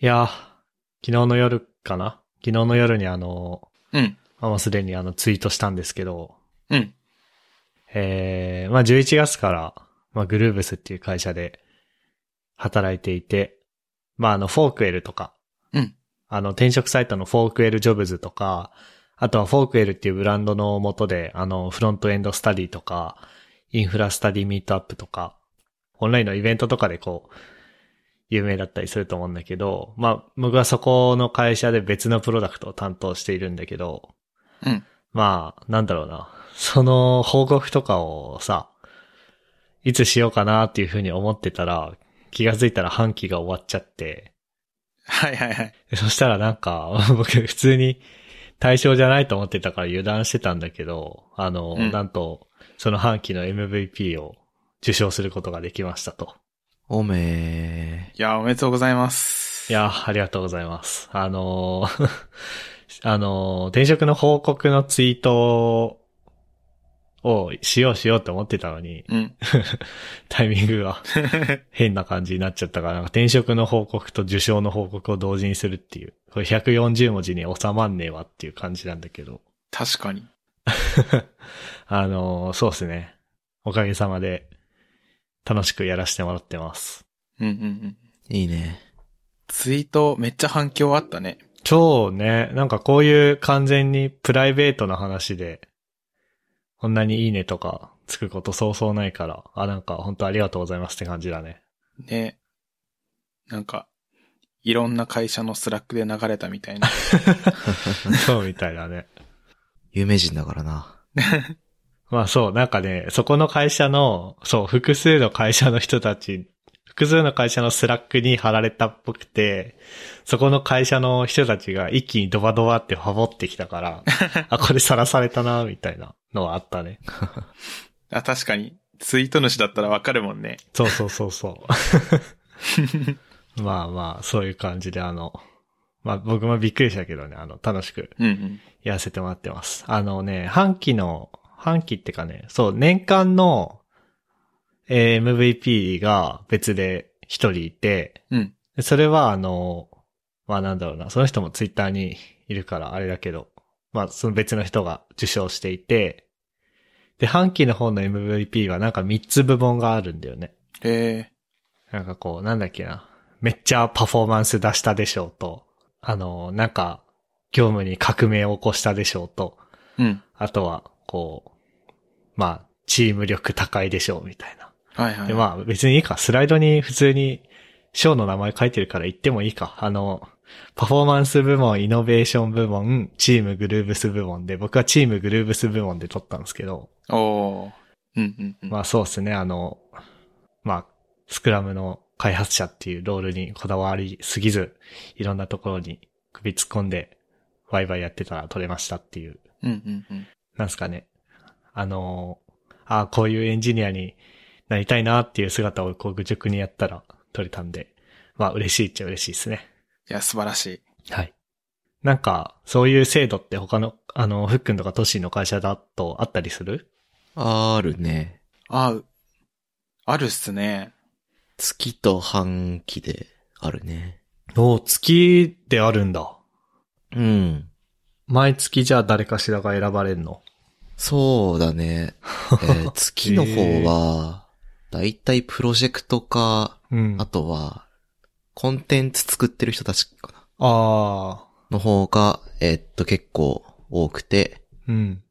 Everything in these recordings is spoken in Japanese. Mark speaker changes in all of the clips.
Speaker 1: いやー、昨日の夜かな昨日の夜にあの、
Speaker 2: うん。
Speaker 1: あもうすでにあのツイートしたんですけど、
Speaker 2: うん。
Speaker 1: えー、まあ11月から、まあグルーブスっていう会社で働いていて、まああのフォークエルとか、
Speaker 2: うん。
Speaker 1: あの転職サイトのフォークエルジョブズとか、あとはフォークエルっていうブランドの元で、あのフロントエンドスタディとか、インフラスタディミートアップとか、オンラインのイベントとかでこう、有名だったりすると思うんだけど、まあ僕はそこの会社で別のプロダクトを担当しているんだけど、
Speaker 2: うん。
Speaker 1: まあ、なんだろうな。その報告とかをさ、いつしようかなっていうふうに思ってたら、気がついたら半期が終わっちゃって、
Speaker 2: はいはいはい。
Speaker 1: でそしたらなんか、 僕普通に対象じゃないと思ってたから油断してたんだけど、あの、
Speaker 2: うん
Speaker 1: なんと、その半期の MVP を受賞することができましたと。
Speaker 3: おめ
Speaker 2: いや、おめでとうございます。
Speaker 1: いやー、ありがとうございます。あの ーあのー転職の報告のツイートをしようしようと思ってたのに、
Speaker 2: うん。
Speaker 1: タイミング が変な感じになっちゃったから、なんか転職の報告と受賞の報告を同時にするっていう、これ140文字に収まんねえわっていう感じなんだけど、
Speaker 2: 確かに。
Speaker 1: あのーそうですね。おかげさまで楽しくやらせてもらってます。
Speaker 2: うんうんうん。
Speaker 3: ー。いいね。
Speaker 2: ツイートめっちゃ反響あったね。
Speaker 1: 超ね、なんかこういう完全にプライベートな話で、こんなにいいねとかつくことそうそうないから、あ、なんか本当ありがとうございますって感じだね。
Speaker 2: ね。なんか、いろんな会社のスラックで流れたみた いな。
Speaker 1: そうみたいだね。
Speaker 3: 有名人だからな。
Speaker 1: まあそう、なんかね、そこの会社の、そう、複数の会社の人たち、複数の会社のスラックに貼られたっぽくて、そこの会社の人たちが一気にドバドバってハボってきた から、あ、これさらされたな、みたいなのはあったね。
Speaker 2: あ、確かに。ツイート主だったらわかるもんね。
Speaker 1: そうそうそう そう。まあまあ、そういう感じであの、まあ僕もびっくりしたけどね、あの、楽しく
Speaker 2: うんうん。
Speaker 1: やらせてもらってます。あのね、半期の、半期ってかね、そう、年間の、えー MVP が別で一人いて、
Speaker 2: うん。
Speaker 1: でそれはあの、まあなんだろうな、その人もツイッターにいるからあれだけど、まあその別の人が受賞していて、で、半期の方の MVP はなんか3つ部門があるんだよね。
Speaker 2: え
Speaker 1: なんかこう、なんだっけな。めっちゃパフォーマンス出したでしょうと、あの、なんか、業務に革命を起こしたでしょうと、
Speaker 2: ー。うん。
Speaker 1: あとは、こう、まあ、チーム力高いでしょうみたい
Speaker 2: はいは
Speaker 1: な。
Speaker 2: い。
Speaker 1: で、まあ、別にいいか。スライドに普通に、賞の名前書いてるから言ってもいいか。あの、パフォーマンス部門、イノベーション部門、チームグルーブス部門で、僕はチームグルーブス部門で取ったんですけど、
Speaker 2: おー。うんうんうん。
Speaker 1: まあそうですね、あの、まあ、スクラムの開発者っていうロールにこだわりすぎず、いろんなところに首突っ込んで、ワイワイやってたら取れましたっていう、
Speaker 2: うんうんうん。
Speaker 1: なんすかね。あの、ああ、こういうエンジニアになりたいなっていう姿をこう愚直にやったら取れたんで、まあ嬉しいっちゃ嬉しいですね。
Speaker 2: いや、素晴らしい。
Speaker 1: はい。なんか、そういう制度って他の、あの、フックンとかトッシーの会社だとあったりする
Speaker 3: あるね。
Speaker 2: あう。あるっす ね。
Speaker 3: 月と半期であるね。
Speaker 1: お月であるんだ。
Speaker 3: うん。
Speaker 1: 毎月じゃあ誰かしらが選ばれんの
Speaker 3: そうだね。えー月の方は、だいたいプロジェクトか、
Speaker 1: うん
Speaker 3: あとは、コンテンツ作ってる人たちかな。
Speaker 1: あ
Speaker 3: の方が、えーっと、結構多くて、
Speaker 1: ー。うん。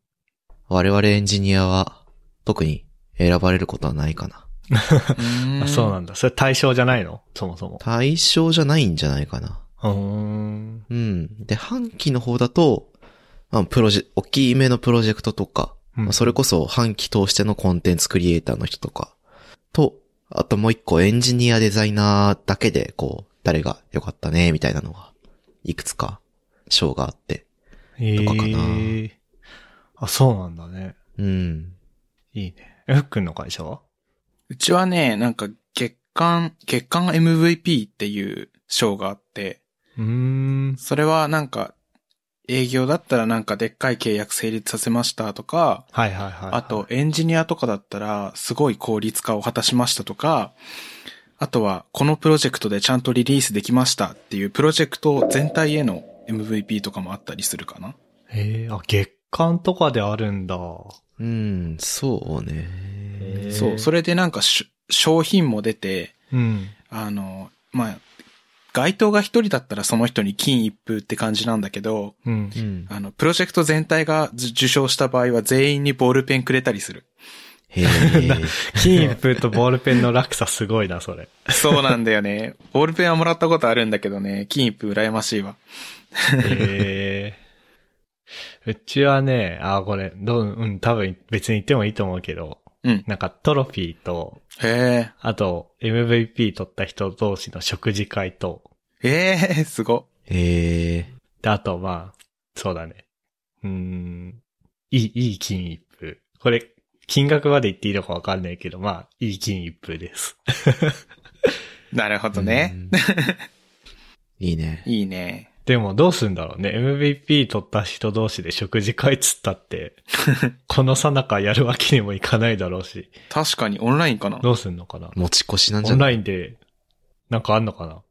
Speaker 3: 我々エンジニアは、特に選ばれることはないかな。
Speaker 1: あ、
Speaker 2: あ
Speaker 1: そう
Speaker 2: の
Speaker 1: なんだ。それ対象じゃないのそもそも。
Speaker 3: 対象じゃないんじゃないかな。
Speaker 1: うーん。
Speaker 3: うん。で、半期の方だと、まあ、プロジェ、大きい目のプロジェクトとか、
Speaker 1: うん
Speaker 3: まあそれこそ半期通してのコンテンツクリエイターの人とか、と、あともう一個エンジニアデザイナーだけで、こう、誰が良かったね、みたいなのが、いくつか、賞があって。
Speaker 1: え
Speaker 3: とかかな
Speaker 1: ー。あ、そうなんだね。
Speaker 3: うん。
Speaker 1: いいね。え、ふっくんの会社は
Speaker 2: うちはね、なんか月間、月間 MVP っていう賞があって、
Speaker 1: うーん。
Speaker 2: それはなんか、営業だったらなんかでっかい契約成立させましたとか、
Speaker 1: はいはいはい。
Speaker 2: あと、エンジニアとかだったらすごい効率化を果たしましたとか、ああとは、このプロジェクトでちゃんとリリースできましたっていうプロジェクト全体への MVP とかもあったりするかな
Speaker 1: へえ、あ、月間とかであるんだ。
Speaker 3: うん、そうね。
Speaker 2: そう、それでなんかし商品も出て、
Speaker 1: うん。
Speaker 2: あの、まあ、該当が一人だったらその人に金一封って感じなんだけど、
Speaker 1: うん。
Speaker 3: うん。
Speaker 2: あの、プロジェクト全体が受受賞した場合は全員にボールペンくれたりする。
Speaker 3: へえ。
Speaker 1: 金一封とボールペンの落差すごいな、そ れ。
Speaker 2: そうなんだよね。ボールペンはもらったことあるんだけどね、金一封羨ましいわ。
Speaker 1: へえ。うちはね、あ、これ、どう、うん、多分別に言ってもいいと思うけど、
Speaker 2: うん。
Speaker 1: なんかトロフィーと、
Speaker 2: へ
Speaker 1: あと MVP 取った人同士の食事会と、
Speaker 2: え。ええ、すご。
Speaker 3: へえ。
Speaker 1: で、あと、まあ、そうだね。うーん、いい、いい金一封。これ、金額まで言っていいのかわかんないけど、まあ、いい金一封です。
Speaker 2: なるほどね。
Speaker 3: うん。いいね。
Speaker 2: いいね。
Speaker 1: でも、どうすんだろうね。MVP 取った人同士で食事会っつった って、この最中やるわけにもいかないだろうし、
Speaker 2: 確かにオンラインかな。
Speaker 1: どうすんのかな。
Speaker 3: 持ち越しなんじ
Speaker 1: オ
Speaker 3: ゃ
Speaker 1: ン
Speaker 3: な
Speaker 1: ラ
Speaker 3: い
Speaker 1: インで、なんかあんのかな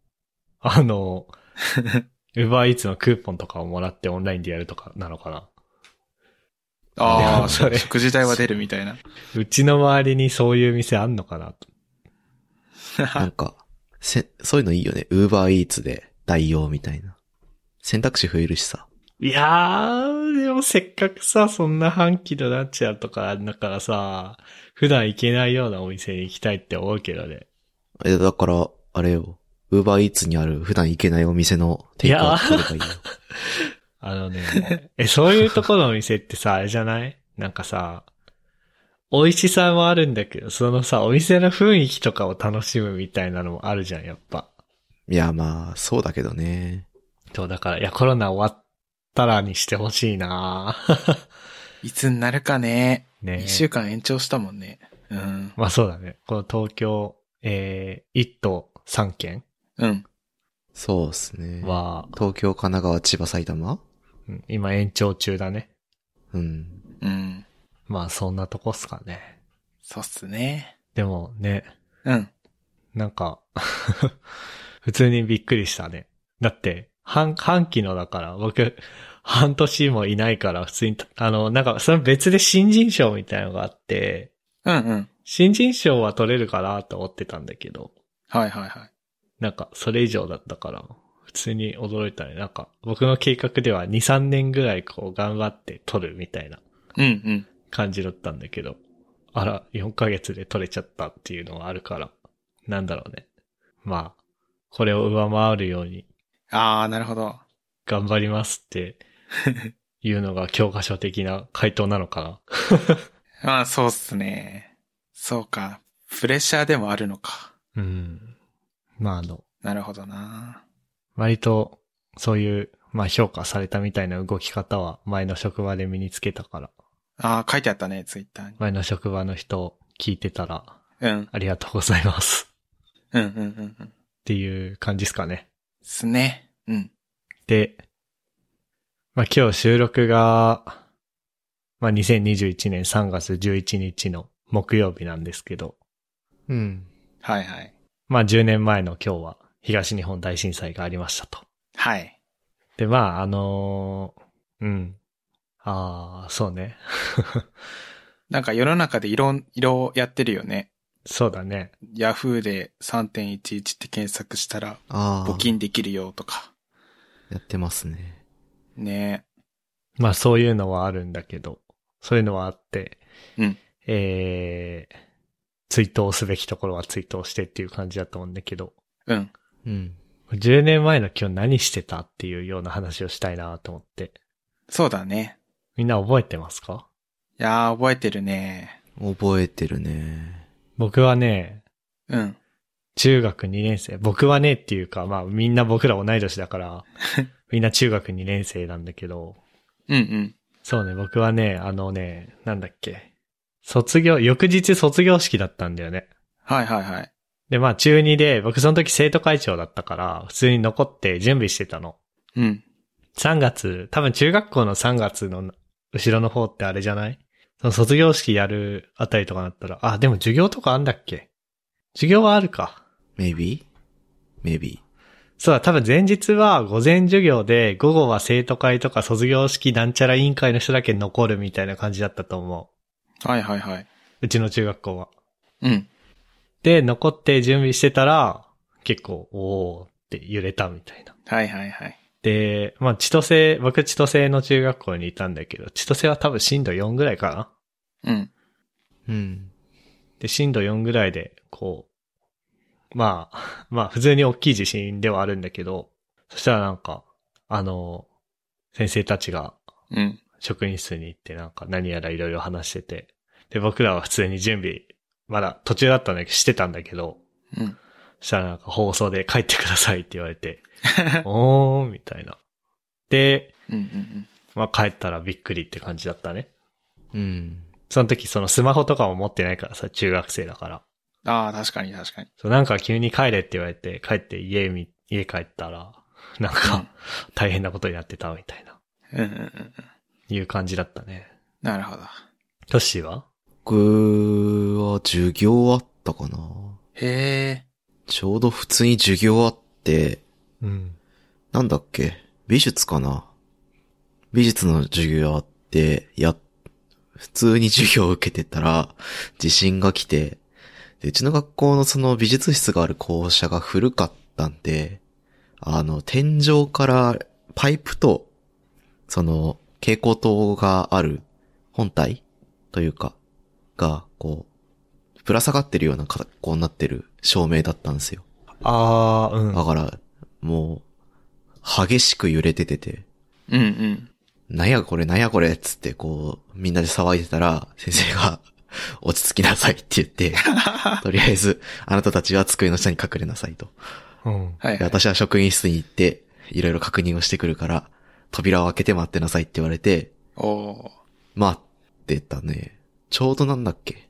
Speaker 1: あ の、ウバーイーツのクーポンとかをもらってオンラインでやるとかなのかな
Speaker 2: ああ、
Speaker 1: それ
Speaker 2: 食事代は出るみたいな。
Speaker 1: うちの周りにそういう店あんのかなと。
Speaker 3: なんか、せ、そういうのいいよね。ウーバーイーツで代用みたいな。選択肢増えるしさ。
Speaker 1: いやー、でもせっかくさ、そんな半期となっちゃうとかあんだからさ、普段行けないようなお店に行きたいって思うけどね。
Speaker 3: え、だから、あれよ。ウーバーイーツにある普段行けないお店のテイクアウト取ればいいよ。
Speaker 1: あのね、 え、そういうところのお店ってさ、あれじゃないなんかさ、美味しさもあるんだけど、そのさ、お店の雰囲気とかを楽しむみたいなのもあるじゃん、やっぱ。
Speaker 3: いや、まあ、そうだけどね。
Speaker 1: そう、だから、いや、コロナ終わったらにしてほしいな
Speaker 2: いつになるかね。
Speaker 1: ね
Speaker 2: 一週間延長したもんね。うん。
Speaker 1: まあそうだね。この東京、えー、1都3県
Speaker 2: うん。
Speaker 3: そうっすね。
Speaker 1: は、
Speaker 3: 東京、神奈川、千葉、埼玉
Speaker 1: うん今延長中だね。
Speaker 3: うん。
Speaker 2: うん。
Speaker 1: まあそんなとこっすかね。
Speaker 2: そうっすね。
Speaker 1: でもね、
Speaker 2: うん。
Speaker 1: なんか、 普通にびっくりしたね。だって、半、半期のだから、僕、半年もいないから、普通に、あの、なんか、その別で新人賞みたいなのがあって、
Speaker 2: うんうん。
Speaker 1: 新人賞は取れるかなと思ってたんだけど、
Speaker 2: はいはいはい。
Speaker 1: なんか、それ以上だったから、普通に驚いたね。なんか、僕の計画では2、3年ぐらいこう、頑張って取るみたいな
Speaker 2: うんうん。
Speaker 1: 感じだったんだけど、あら、4ヶ月で取れちゃったっていうのはあるから、なんだろうね。まあ、これを上回るように
Speaker 2: ああ、なるほど。
Speaker 1: 頑張りますって いうのが教科書的な回答なのか
Speaker 2: まあ、そうっすね。そうか。プレッシャーでもあるのか。
Speaker 1: な。うん。まあ、あの、
Speaker 2: なるほどな。
Speaker 1: 割と、そういう、まあ評価されたみたいな動き方は前の職場で身につけたから、
Speaker 2: ああ、書いてあったね、ツイッターに。
Speaker 1: 前の職場の人聞いてたら、
Speaker 2: うん。
Speaker 1: ありがとうございます。
Speaker 2: うんうんうんうん。
Speaker 1: っていう感じですかね。
Speaker 2: すね。うん。
Speaker 1: で、まあ、今日収録が、まあ、2021年3月11日の木曜日なんですけど、
Speaker 3: うん。
Speaker 2: はいはい。
Speaker 1: まあ、10年前の今日は東日本大震災がありましたと。
Speaker 2: はい。
Speaker 1: で、まあ、あのーうん。ああ、そうね。
Speaker 2: なんか世の中でいろん、いろやってるよね。
Speaker 1: そうだね。
Speaker 2: ヤフーで3.11って検索したら
Speaker 3: ああ
Speaker 2: 募、金できるよとか。
Speaker 3: やってますね。
Speaker 2: ね
Speaker 1: まあ、そういうのはあるんだけど、そういうのはあって、
Speaker 2: うん
Speaker 1: えー、追悼すべきところは追悼してっていう感じだと思うんだけど、
Speaker 2: うん。
Speaker 3: うん。
Speaker 1: 10年前の今日何してたっていうような話をしたいなと思って。
Speaker 2: そうだね。
Speaker 1: みんな覚えてますか
Speaker 2: いやー、覚えてるね。
Speaker 3: 覚えてるね。
Speaker 1: 僕はね、
Speaker 2: うん。
Speaker 1: 中学2年生。僕はねっていうか、まあみんな僕ら同い年だから、みんな中学2年生なんだけど、
Speaker 2: うんうん。
Speaker 1: そうね、僕はね、あのね、なんだっけ。卒業、翌日卒業式だったんだよね。
Speaker 2: はいはいはい。
Speaker 1: で、まあ中2で、僕その時生徒会長だったから、普通に残って準備してたの。
Speaker 2: うん。
Speaker 1: 3月、多分中学校の3月の後ろの方ってあれじゃないその卒業式やるあたりとかなったら、あ、でも授業とかあんだっけ授業はあるか。
Speaker 3: maybe? maybe.
Speaker 1: そうだ、多分前日は午前授業で、午後は生徒会とか卒業式なんちゃら委員会の人だけ残るみたいな感じだったと思
Speaker 2: はいはいはい。
Speaker 1: う。うちの中学校は。
Speaker 2: うん。
Speaker 1: で、残って準備してたら、結構、おーって揺れたみたいな。
Speaker 2: はいはいはい。
Speaker 1: で、まあ、千歳、僕千歳の中学校にいたんだけど、千歳は多分震度4ぐらいかな
Speaker 2: うん。
Speaker 3: うん。
Speaker 1: で、震度4ぐらいで、こう、まあ、 まあ、普通に大きい地震ではあるんだけど、そしたらなんか、あの、先生たちが
Speaker 2: うん。
Speaker 1: 職員室に行ってなんか何やらいろいろ話してて、で、僕らは普通に準備、まだ途中だったんだけど、してたんだけど、
Speaker 2: うん。
Speaker 1: そしたらなんか放送で帰ってくださいって言われて、おー、みたいな。で、
Speaker 2: うんうん
Speaker 1: まあ帰ったらびっくりって感じだったね。
Speaker 3: うん。
Speaker 1: その時そのスマホとかも持ってないからさ、中学生だから。
Speaker 2: うん。ああ、確かに確かに。
Speaker 1: そう、なんか急に帰れって言われて、帰って家み、家帰ったら、なんか大変なことになってたみたいな、
Speaker 2: うんうんうんうん。
Speaker 1: いう感じだったね。
Speaker 2: なるほど。
Speaker 1: トッシーは
Speaker 3: 僕は授業あったかな
Speaker 2: へえ。
Speaker 3: ちょうど普通に授業あって、
Speaker 1: うん。
Speaker 3: なんだっけ美術かな美術の授業あって、や、普通に授業を受けてたら、地震が来て、で、うちの学校のその美術室がある校舎が古かったんで、あの、天井からパイプと、その、蛍光灯がある本体というか、が、こう、ぶら下がってるような格好になってる照明だったんですよ。
Speaker 1: あー、うん。
Speaker 3: だから、もう、激しく揺れててて、
Speaker 2: うんうん。
Speaker 3: なんやこれなんやこれっつってこう、みんなで騒いでたら、先生が、 落ち着きなさいって 言って、とりあえず、あなたたちは机の下に隠れなさいと。
Speaker 1: うん。
Speaker 2: はい、
Speaker 3: で
Speaker 2: はい。
Speaker 3: 私は職員室に行って、いろいろ確認をしてくるから、扉を開けて待ってなさいって言われて、
Speaker 2: おお
Speaker 3: 待ってたね。ちょうどなんだっけ。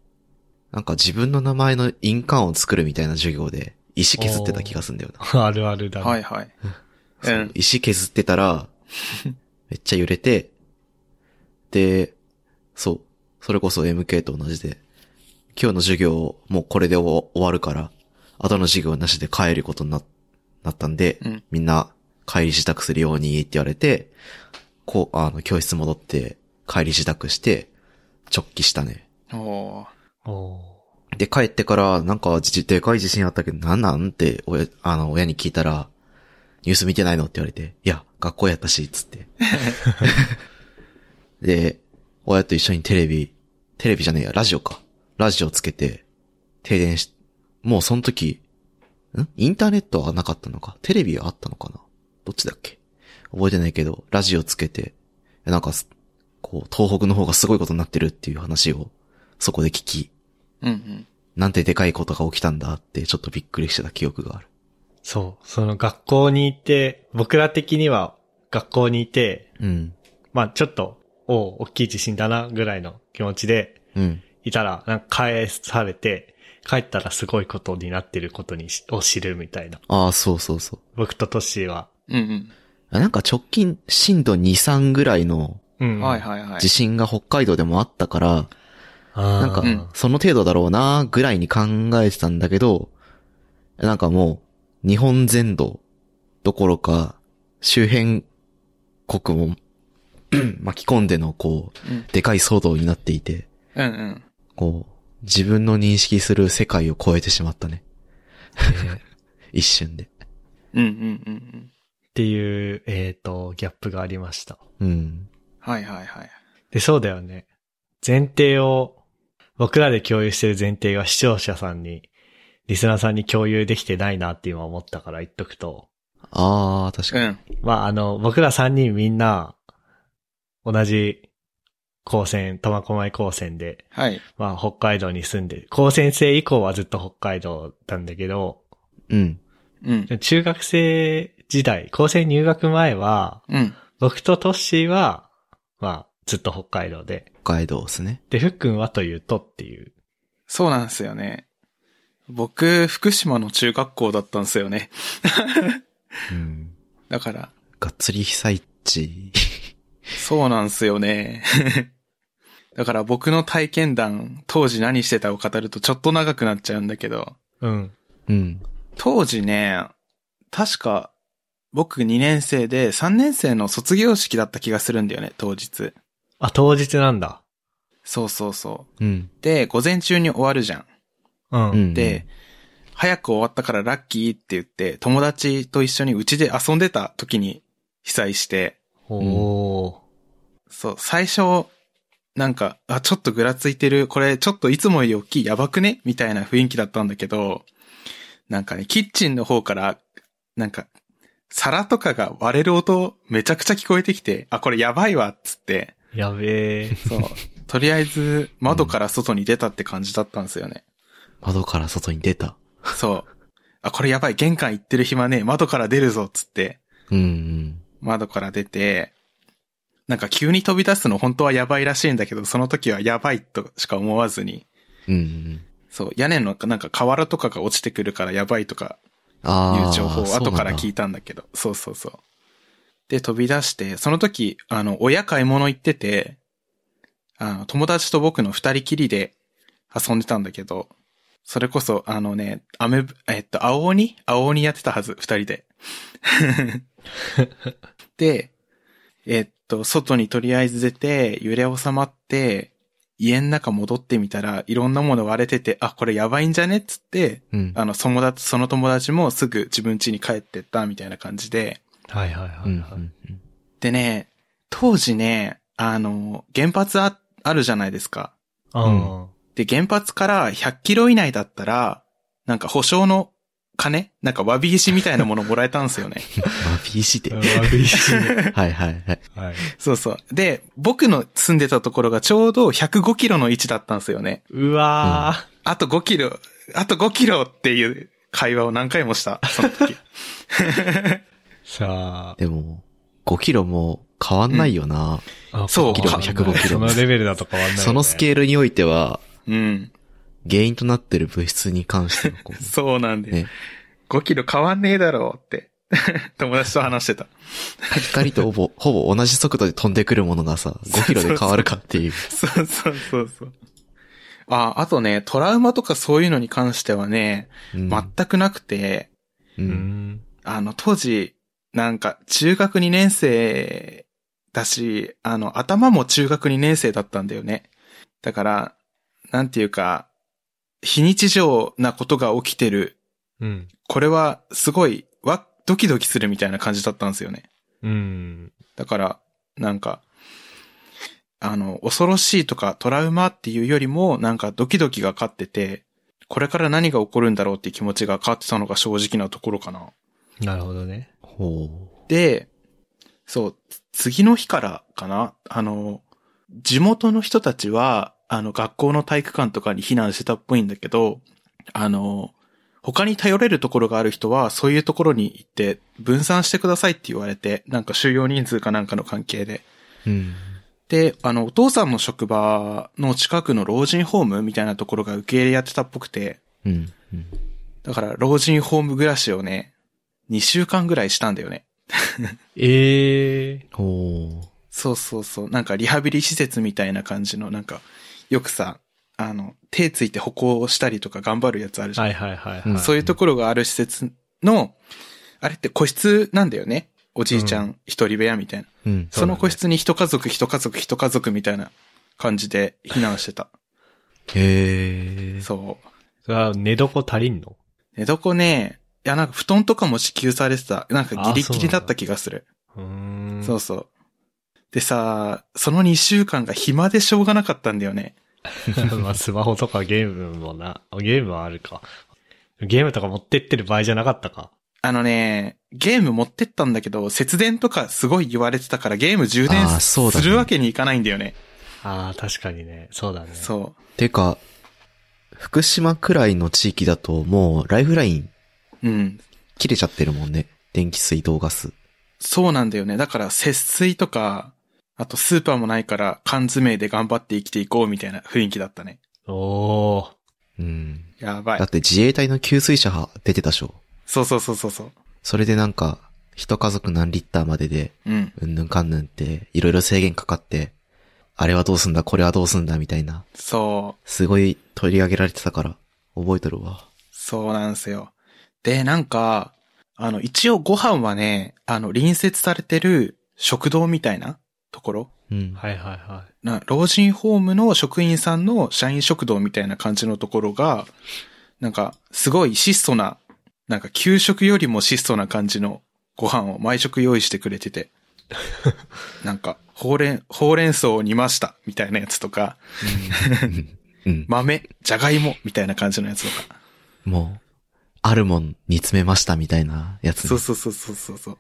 Speaker 3: なんか自分の名前の印鑑を作るみたいな授業で、石削ってた気がするんだよ な。
Speaker 1: あるあるだ
Speaker 2: ー。
Speaker 1: ね。
Speaker 2: はいはい。う。
Speaker 3: そうん石削ってたら、めっちゃ揺れて、で、そう。それこそ MK と同じで、今日の授業もうこれで終わるから、後の授業なしで帰ることにななったんで、
Speaker 2: うん
Speaker 3: みんな帰り支度するようにって言われて、こう、あの、教室戻って帰り支度して、直帰したね。
Speaker 2: おお
Speaker 1: おー
Speaker 3: で、帰ってから、なんか、じでかい地震あったけど、なんなんって、親、あの、親に聞いたら、ニュース見てないのって言われて、いや、学校やったし、つって。で、親と一緒にテレビ、テレビじゃねえや、ラジオか。ラジオつけて、停電し、もうその時、んインターネットはなかったのかテレビはあったのかなどっちだっけ覚えてないけど、ラジオつけて、なんかす、こう、東北の方がすごいことになってるっていう話を、そこで聞き、
Speaker 2: ー。うんうん。
Speaker 3: なんてでかいことが起きたんだって、ちょっとびっくりしてた記憶がある。
Speaker 1: そう。その学校に行って、僕ら的には学校にいて、
Speaker 3: うん。
Speaker 1: まあちょっと、おう大きい地震だな、ぐらいの気持ちで、
Speaker 3: うん。
Speaker 1: いたら、なんか返されて、帰ったらすごいことになってることにし、を知るみたいな。
Speaker 3: ああ、そうそうそう。
Speaker 1: 僕とトッシーは。
Speaker 2: うん
Speaker 3: あなんか直近震度2、3ぐらいの
Speaker 1: う。
Speaker 2: うんん。はいはいはい
Speaker 3: 地。震が北海道でもあったから、
Speaker 1: な
Speaker 3: なんか
Speaker 2: うん
Speaker 3: その程度だろうなぐらいに考えてたんだけど、なんかもう、日本全土どころか、周辺国も 巻き込んでのこ
Speaker 2: うん
Speaker 3: う、でかい騒動になっていて、
Speaker 2: うんうん。
Speaker 3: こう、自分の認識する世界を超えてしまったね。一瞬で。
Speaker 2: うんうんうんうん。
Speaker 1: っていう、えっ、と、ギャップがありました。
Speaker 3: うん。
Speaker 2: はいはいはい。
Speaker 1: で、そうだよね。前提を、僕らで共有してる前提が視聴者さんに、リスナーさんに共有できてないなって今思ったから言っとくと、
Speaker 3: ああ、確か
Speaker 2: う
Speaker 3: に。
Speaker 2: ん。
Speaker 1: まあ、あの、僕ら3人みんな、同じ高専、苫小牧高専で、
Speaker 2: はい。
Speaker 1: まあ、北海道に住んで、高専生以降はずっと北海道なんだけど、
Speaker 3: うん。
Speaker 2: うん。
Speaker 1: 中学生時代、高専入学前は、
Speaker 2: うん。
Speaker 1: 僕とトッシーは、まあ、ずっと北海道で、
Speaker 3: 北海道ですね。
Speaker 1: で、ふっくんはというとっていう。
Speaker 2: そうなんですよね。僕、福島の中学校だったんですよね。
Speaker 3: うん。
Speaker 2: だから、
Speaker 3: がっつり被災地。
Speaker 2: そうなんですよね。 だから僕の体験談、当時何してたを語るとちょっと長くなっちゃうんだけど、
Speaker 1: うん。
Speaker 3: うん。
Speaker 2: 当時ね、確か僕2年生で3年生の卒業式だった気がするんだよね、当日。
Speaker 1: あ、当日なんだ。
Speaker 2: そうそうそう。
Speaker 3: うん。
Speaker 2: で、午前中に終わるじゃん。
Speaker 1: うん。
Speaker 3: う、ん。
Speaker 2: で、早く終わったからラッキーって言って、友達と一緒にうちで遊んでた時に被災して、
Speaker 1: おー。
Speaker 2: そう、最初、なんか、あ、ちょっとぐらついてる、これちょっといつもより大きい、やばくねみたいな雰囲気だったんだけど、なんかね、キッチンの方から、なんか、皿とかが割れる音めちゃくちゃ聞こえてきて、あ、これやばいわっつって、
Speaker 1: やべえ。
Speaker 2: そう、とりあえず窓から外に出たって感じだったんですよね。
Speaker 3: 窓から外に出た。
Speaker 2: そう。あ、これやばい、玄関行ってる暇ねえ、窓から出るぞ、つって、
Speaker 3: うん
Speaker 2: 窓から出て、なんか急に飛び出すの本当はやばいらしいんだけど、その時はやばいとしか思わずに、
Speaker 3: うん。うんうん。
Speaker 2: そう、屋根のなんか瓦とかが落ちてくるからやばいとかい
Speaker 3: ああ。
Speaker 2: う情報を後から聞い
Speaker 3: て。
Speaker 2: たんだけど、そうそうそう。で、飛び出して、その時、あの、親買い物行ってて、あの、友達と僕の二人きりで遊んでたんだけど、それこそ、あのね、アメ、えっと、青鬼青鬼やってたはず、二人 で。で、えっと、外にとりあえず出て、揺れ収まって、家の中戻ってみたら、いろんなもの割れてて、あ、これやばいんじゃねっつって、
Speaker 3: うん。
Speaker 2: あの、友達、その友達もすぐ自分家に帰ってったみたいな感じで。
Speaker 1: はいはいは
Speaker 3: う
Speaker 1: い、
Speaker 3: んう
Speaker 1: はい
Speaker 3: んうん
Speaker 2: でね、当時ね、あの、原発あ、あるじゃないですか。
Speaker 1: うん。
Speaker 2: で、原発から100キロ以内だったら、なんか保証の金なんか、わび石みたいなものもらえたんですよね。
Speaker 3: あ、PC で。
Speaker 1: う
Speaker 3: は
Speaker 1: ん。
Speaker 3: い
Speaker 1: 悪いし。
Speaker 3: はいはい。
Speaker 1: はい。
Speaker 2: そうそう。で、僕の住んでたところがちょうど105キロの位置だったんですよね。
Speaker 1: うわー。
Speaker 2: あと5キロ、あと5キロっていう会話を何回もした、その時。
Speaker 1: さ
Speaker 3: でも、5キロも変わんないよな。
Speaker 1: あ。あ
Speaker 2: そう
Speaker 1: 変わんない
Speaker 3: 105キロ
Speaker 1: そのレベルだと変わんない、ね。
Speaker 3: そのスケールにおいては、
Speaker 2: うん。
Speaker 3: 原因となってる物質に関してのこう
Speaker 2: そう なんです
Speaker 3: ね。
Speaker 2: 5キロ変わんねえだろうって、 友達と話してた。
Speaker 3: 光とほぼ、ほぼ同じ速度で飛んでくるものがさ、5キロで変わるかってい う。
Speaker 2: そうそうそうそう。あ、あとね、トラウマとかそういうのに関してはね、
Speaker 3: うん
Speaker 2: 全くなくて、
Speaker 3: う。
Speaker 1: うんん。
Speaker 2: あの、当時、なんか、中学2年生だし、あの、頭も中学2年生だったんだよね。だから、なんていうか、非日常なことが起きてる。
Speaker 1: うん。
Speaker 2: これは、すごい、わ、ドキドキするみたいな感じだったんですよね。
Speaker 1: うん。
Speaker 2: だから、なんか、あの、恐ろしいとかトラウマっていうよりも、なんかドキドキが勝ってて、これから何が起こるんだろうっていう気持ちが勝ってたのが正直なところかな。
Speaker 1: なるほどね。
Speaker 3: ほ
Speaker 2: で、そう、次の日からかな、あの、地元の人たちは、あの、学校の体育館とかに避難してたっぽいんだけど、あの、他に頼れるところがある人は、そういうところに行って、分散してくださいって言われて、なんか収容人数かなんかの関係で。
Speaker 3: う。うん。
Speaker 2: で、あの、お父さんの職場の近くの老人ホームみたいなところが受け入れやってたっぽくて、
Speaker 3: うん。うん
Speaker 2: だから老人ホーム暮らしをね、2週間ぐらいしたんだよね。
Speaker 1: ええ
Speaker 3: ほ
Speaker 2: そうそうそう。なんかリハビリ施設みたいな感じの、なんか、よくさ、あの、手ついて歩行をしたりとか頑張るやつあるじゃん。
Speaker 1: はいはいはいはい。
Speaker 3: うん
Speaker 2: そういうところがある施設の、あれって個室なんだよね。おじいちゃ
Speaker 1: うん
Speaker 2: 一人部屋みたいな。
Speaker 3: う。うん。
Speaker 1: そ
Speaker 2: そう
Speaker 1: だね
Speaker 2: の個室に一家族一家族一家族みたいな感じで避難してた。
Speaker 3: へえ。
Speaker 2: そう。
Speaker 1: それは寝床足りんの
Speaker 2: 寝床ね、いやなんか布団とかも支給されてた。なんかギリギリだった気がする。
Speaker 1: うーん。
Speaker 2: そうそうでさ、その2週間が暇でしょうがなかったんだよね。
Speaker 1: まあ、スマホとかゲームもな、ゲームはあるか。ゲームとか持ってってる場合じゃなかったか。
Speaker 2: あのね、ゲーム持ってったんだけど、節電とかすごい言われてたからゲーム充電
Speaker 3: あーそうだ
Speaker 2: す
Speaker 3: ね
Speaker 2: るわけにいかないんだよね。
Speaker 1: ああ、確かにね。そうだね。う。
Speaker 2: そ
Speaker 3: てか、福島くらいの地域だともうライフライン
Speaker 2: う。うん。
Speaker 3: 切れちゃってるもんね。電気水道ガス。
Speaker 2: そうなんだよね。だから節水とか、あとスーパーもないから缶詰で頑張って生きていこうみたいな雰囲気だったね。
Speaker 1: おー。
Speaker 3: うん。
Speaker 2: やばい
Speaker 3: だっ。て自衛隊の給水車出てたでしょ。
Speaker 2: そうそうそうそうそう。
Speaker 3: それでなんか、一家族何リッターまでで、
Speaker 2: うん。
Speaker 3: うんぬんかんぬんって、いろいろ制限かかって、あれはどうすんだ、これはどうすんだ、みたいな。
Speaker 2: そう。
Speaker 3: すごい取り上げられてたから、覚えとるわ。
Speaker 2: そうなんですよ。で、なんか、あの、一応ご飯はね、あの、隣接されてる食堂みたいなところ
Speaker 3: うん。
Speaker 1: はいはいは
Speaker 2: な、老人ホームの職員さんの社員食堂みたいな感じのところが、なんか、すごい質素な、なんか、給食よりも質素な感じのご飯を毎食用意してくれてて、なんか、ほうれん、ほうれん草を煮ました、みたいなやつとか、
Speaker 3: うん。
Speaker 2: 豆、じゃがいも、みたいな感じのやつとか。
Speaker 3: もう、あるもん煮詰めましたみたいなやつね。
Speaker 2: そうそうそうそうそうそう。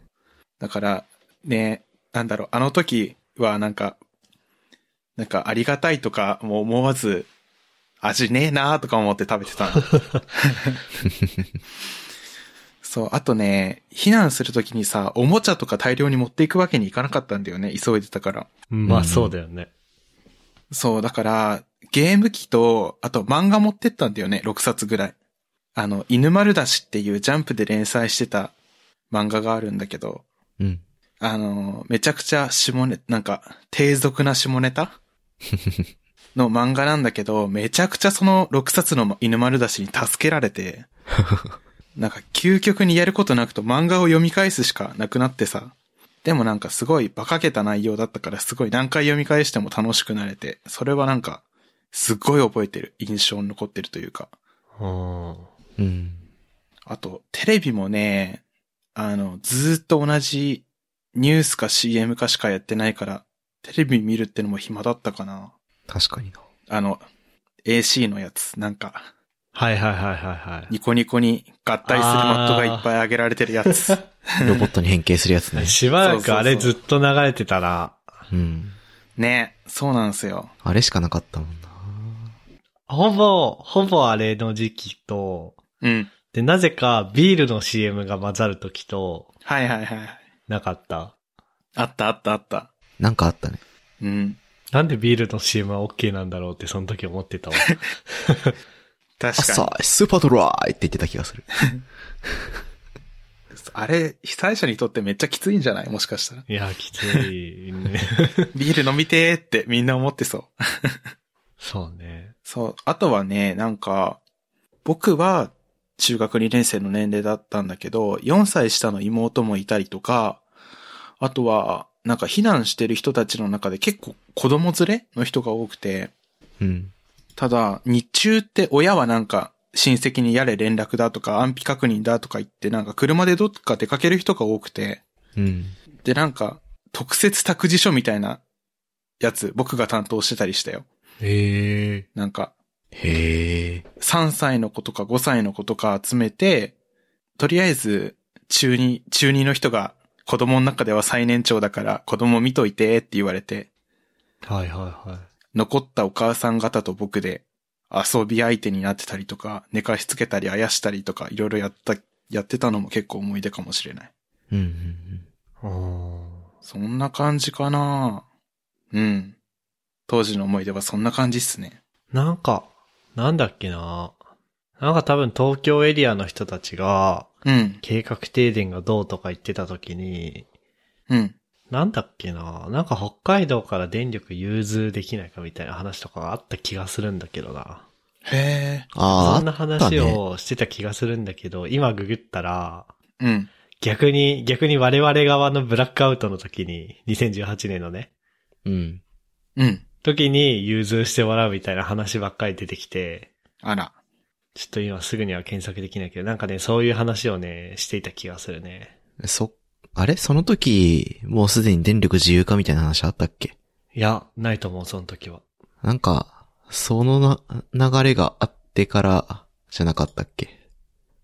Speaker 2: だから、ね、なんだろう、あの時はなんか、なんかありがたいとかも思わず、味ねえなーとか思って食べてたの。そう、あとね、避難するときにさ、おもちゃとか大量に持っていくわけにいかなかったんだよね、急いでたから。
Speaker 1: い。まあそうだよね。
Speaker 2: そう、だから、ゲーム機と、あと漫画持ってったんだよね、6冊ぐらい。あの、犬丸出しっていうジャンプで連載してた漫画があるんだけど、
Speaker 3: うん。
Speaker 2: あの、めちゃくちゃ下ネなんか、低俗な下ネタの漫画なんだけど、めちゃくちゃその6冊の犬丸出しに助けられて、なんか究極にやることなくと漫画を読み返すしかなくなってさ、でもなんかすごい馬鹿げた内容だったからすごい何回読み返しても楽しくなれて、それはなんか、すっごい覚えてる。印象に残ってるというか。
Speaker 1: うん。
Speaker 3: うん。
Speaker 2: あと、テレビもね、あの、ずーっと同じニュースか CM かしかやってないから、テレビ見るってのも暇だったかな。
Speaker 3: 確かにな。
Speaker 2: あの、AC のやつ、なんか、
Speaker 1: はいはいはいはいはい。。
Speaker 2: ニコニコに合体するマットがいっぱい上げられてるやつ。
Speaker 3: ロボットに変形するやつね
Speaker 1: しばらくあれずっと流れてたら、
Speaker 3: うん。
Speaker 2: ね、そうなんですよ。
Speaker 3: あれしかなかったもんな。
Speaker 1: ほぼ、ほぼあれの時期と、
Speaker 2: うん。
Speaker 1: で、なぜかビールの CM が混ざる時と、
Speaker 2: はいはいはいはい。
Speaker 1: なかった。
Speaker 2: あったあったあった。
Speaker 3: なんかあったね。
Speaker 2: うん。
Speaker 1: なんでビールの CM は OK なんだろうってその時思って たわ。。
Speaker 2: 確かに。
Speaker 3: 朝、スーパードライって言ってた気がする。
Speaker 2: あれ、被災者にとってめっちゃきついんじゃないもしかしたら
Speaker 1: いや、きついね。
Speaker 2: ビール飲みてーってみんな思ってそう。
Speaker 1: そうね。
Speaker 2: そう。あとはね、なんか、僕は中学2年生の年齢だったんだけど、4歳下の妹もいたりとか、あとは、なんか避難してる人たちの中で結構子供連れの人が多くて、
Speaker 3: うん。
Speaker 2: ただ、日中って親はなんか親戚にやれ連絡だとか安否確認だとか言って、なんか車でどっか出かける人が多くて、
Speaker 3: うん。
Speaker 2: で、なんか、特設託児所みたいなやつ、僕が担当してたりしたよ。
Speaker 1: へえ。
Speaker 2: なんか、
Speaker 3: へえ。
Speaker 2: 3歳の子とか5歳の子とか集めて、とりあえず、中2、中2の人が、子供の中では最年長だから、子供見といてって言われて、
Speaker 1: はいはいはい。
Speaker 2: 残ったお母さん方と僕で、遊び相手になってたりとか、寝かしつけたり、あやしたりとか、いろいろやった、やってたのも結構思い出かもしれない。
Speaker 3: うんうんう
Speaker 1: う
Speaker 3: ん。
Speaker 1: ん。
Speaker 2: そんな感じかなうん。当時の思い出はそんな感じっすね。
Speaker 1: なんか、なんだっけな。なんか多分東京エリアの人たちが、
Speaker 2: うん。
Speaker 1: 計画停電がどうとか言ってた時に、
Speaker 2: うん。
Speaker 1: なんだっけな。なんか北海道から電力融通できないかみたいな話とかがあった気がするんだけどな。
Speaker 2: へ
Speaker 3: あ
Speaker 1: そん
Speaker 3: ー
Speaker 1: な話をしてた気がするんだけど、今ググったら、
Speaker 2: え。うん。
Speaker 1: 逆に、逆に我々側のブラックアウトの時に、2018年のね、
Speaker 3: うん。
Speaker 2: うん。
Speaker 1: 時に融通してもらうみたいな話ばっかり出てきて、
Speaker 2: あら。
Speaker 1: ちょっと今すぐには検索できないけど、なんかね、そういう話をね、していた気がするね。
Speaker 3: そ、あれその時、もうすでに電力自由化みたいな話あったっけ
Speaker 1: いや、ないと思う、その時は。
Speaker 3: なんか、そのな、流れがあってから、じゃなかったっけ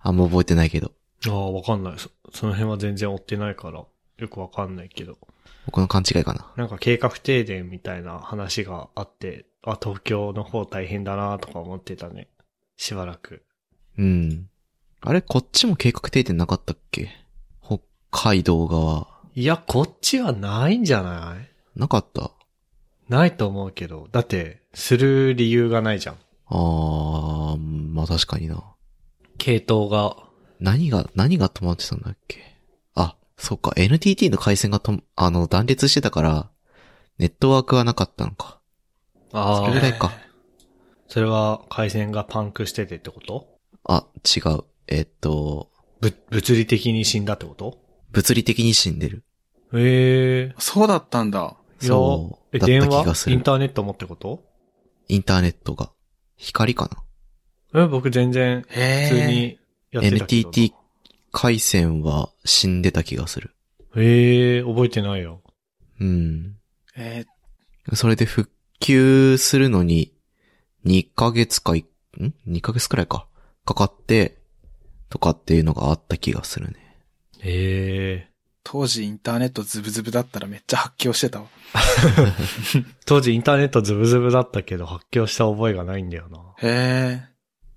Speaker 3: あんま覚えてないけど。
Speaker 1: ああ、わかんない。そその辺は全然追ってないから、よくわかんないけど。
Speaker 3: 僕の勘違いかな。
Speaker 1: なんか計画停電みたいな話があって、あ、東京の方大変だなとか思ってたね。しばらく。
Speaker 3: うん。あれこっちも計画停電なかったっけ北海道側。
Speaker 1: いや、こっちはないんじゃない
Speaker 3: なかった
Speaker 1: ないと思うけど。だって、する理由がないじゃん。
Speaker 3: あー、まあ確かにな。
Speaker 1: 系統が。
Speaker 3: 何が、何が止まってたんだっけあ、そうか、NTT の回線がとも、あの、断裂してたから、ネットワークはなかったのか。
Speaker 1: あ
Speaker 3: それぐらい
Speaker 1: あ、
Speaker 3: か。
Speaker 1: それは回線がパンクしててってこと
Speaker 3: あ、違う。えっと、
Speaker 1: ぶ、物理的に死んだってこと
Speaker 3: 物理的に死んでる。
Speaker 1: ええ
Speaker 2: そうだったんだ。
Speaker 1: ー。いや
Speaker 3: そう
Speaker 1: え、
Speaker 3: だった気
Speaker 1: 電
Speaker 3: が
Speaker 1: 話
Speaker 3: す
Speaker 1: イ
Speaker 3: る
Speaker 1: ンターネットもってこと
Speaker 3: インターネットが。光かな
Speaker 1: え、僕全然、
Speaker 2: へ
Speaker 1: 普通。にやってたけどな。
Speaker 3: NTT 回線は死んでた気がする。
Speaker 1: ええー、覚えてないよ。
Speaker 3: うん。
Speaker 2: えー
Speaker 3: それで復旧するのに、2ヶ月かい、ん ?2 ヶ月くらいか。かかって、とかっていうのがあった気がするね。
Speaker 1: ええ
Speaker 2: 当時インターネットズブズブだったらめっちゃ発狂してたわ。
Speaker 1: ー。当時インターネットズブズブだったけど、発狂した覚えがないんだよな。
Speaker 2: へえ。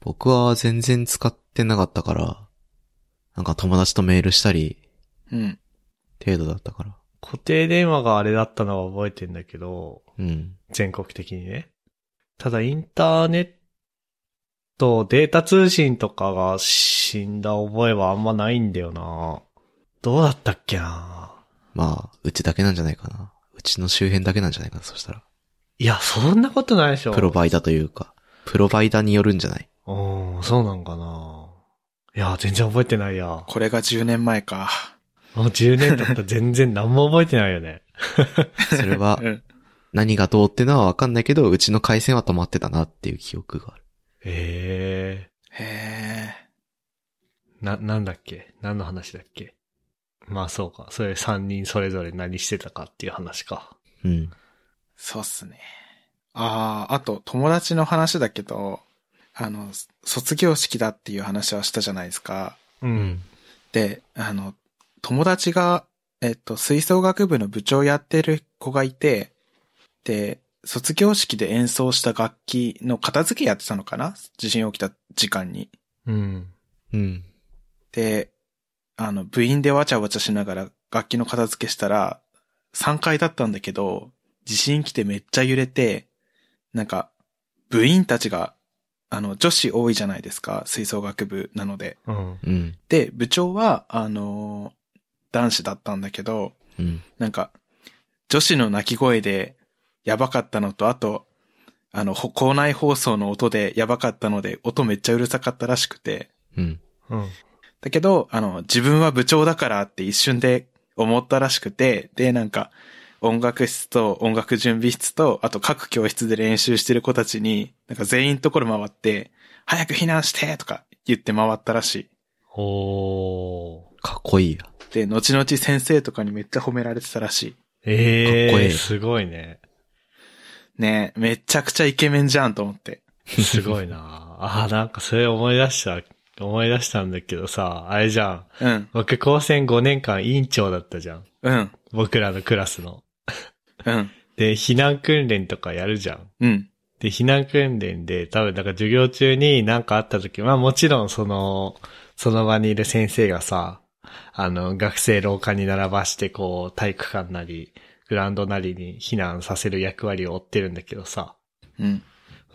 Speaker 3: 僕は全然使ってなかったから、なんか友達とメールしたり、
Speaker 2: うん。
Speaker 3: 程度だったから。
Speaker 1: 固定電話があれだったのは覚えてんだけど、
Speaker 3: うん。
Speaker 1: 全国的にね。ただインターネット、データ通信とかが死んだ覚えはあんまないんだよな。どうだったっけな。
Speaker 3: まあ、うちだけなんじゃないかな。うちの周辺だけなんじゃないかな、そしたら。
Speaker 1: いや、そんなことないでしょ。
Speaker 3: プロバイダというか、プロバイダによるんじゃない
Speaker 1: うん、そうなんかな。いや、全然覚えてないや。も
Speaker 2: これが10年前か。
Speaker 1: う10年経ったら全然何も覚えてないよね。
Speaker 3: それは
Speaker 2: う、ん。
Speaker 3: 何がどうってのはわかんないけど、うちの回線は止まってたなっていう記憶がある。
Speaker 1: へえ。
Speaker 2: へ
Speaker 1: な、なんだっけ何の話だっけまあそうか。それ3人それぞれ何してたかっていう話か。
Speaker 3: うん。
Speaker 2: ーそうっすね。ああ、あと友達の話だけど、あの、卒業式だっていう話はしたじゃないですか。
Speaker 1: うん。
Speaker 2: で、あの、友達が、えっと、吹奏楽部の部長やってる子がいて、で、卒業式で演奏した楽器の片付けやってたのかな地震起きた時間に。
Speaker 1: うん。
Speaker 3: うん。
Speaker 2: で、あの、部員でわちゃわちゃしながら楽器の片付けしたら、3階だったんだけど、地震来てめっちゃ揺れて、なんか、部員たちが、あの、女子多いじゃないですか、吹奏楽部なので。
Speaker 1: うん。
Speaker 3: うん。
Speaker 2: で、部長は、あのー男子だったんだけど、
Speaker 3: うん。
Speaker 2: なんか、女子の泣き声でやばかったのと、あと、あの、ほ校内放送の音でやばかったので、音めっちゃうるさかったらしくて、
Speaker 3: うん。
Speaker 1: うん。
Speaker 2: だけど、あの、自分は部長だからって一瞬で思ったらしくて、で、なんか、音楽室と音楽準備室と、あと各教室で練習してる子たちに、なんか全員ところ回って、早く避難してとか言って回ったらしい。
Speaker 1: おー。
Speaker 3: かっこいいや。
Speaker 2: で、後々先生とかにめっちゃ褒められてたらし
Speaker 1: ええー。
Speaker 3: かっこいい
Speaker 1: すごいね。
Speaker 2: い。ねえ、めちゃくちゃイケメンじゃんと思って。
Speaker 1: すごいな。 あー、なんかそれ思い出した、思い出したんだけどさ、あれじゃん。
Speaker 2: うん、
Speaker 1: 僕、高専5年間委員長だったじゃん。
Speaker 2: うん、
Speaker 1: 僕らのクラスの。
Speaker 2: うん、
Speaker 1: で、避難訓練とかやるじゃん。
Speaker 2: うん、
Speaker 1: で、避難訓練で、多分、なんか授業中になんかあった時、まあもちろんその、その場にいる先生がさ、あの、学生廊下に並ばして、こう、体育館なり、グラウンドなりに避難させる役割を負ってるんだけどさ、
Speaker 2: うん、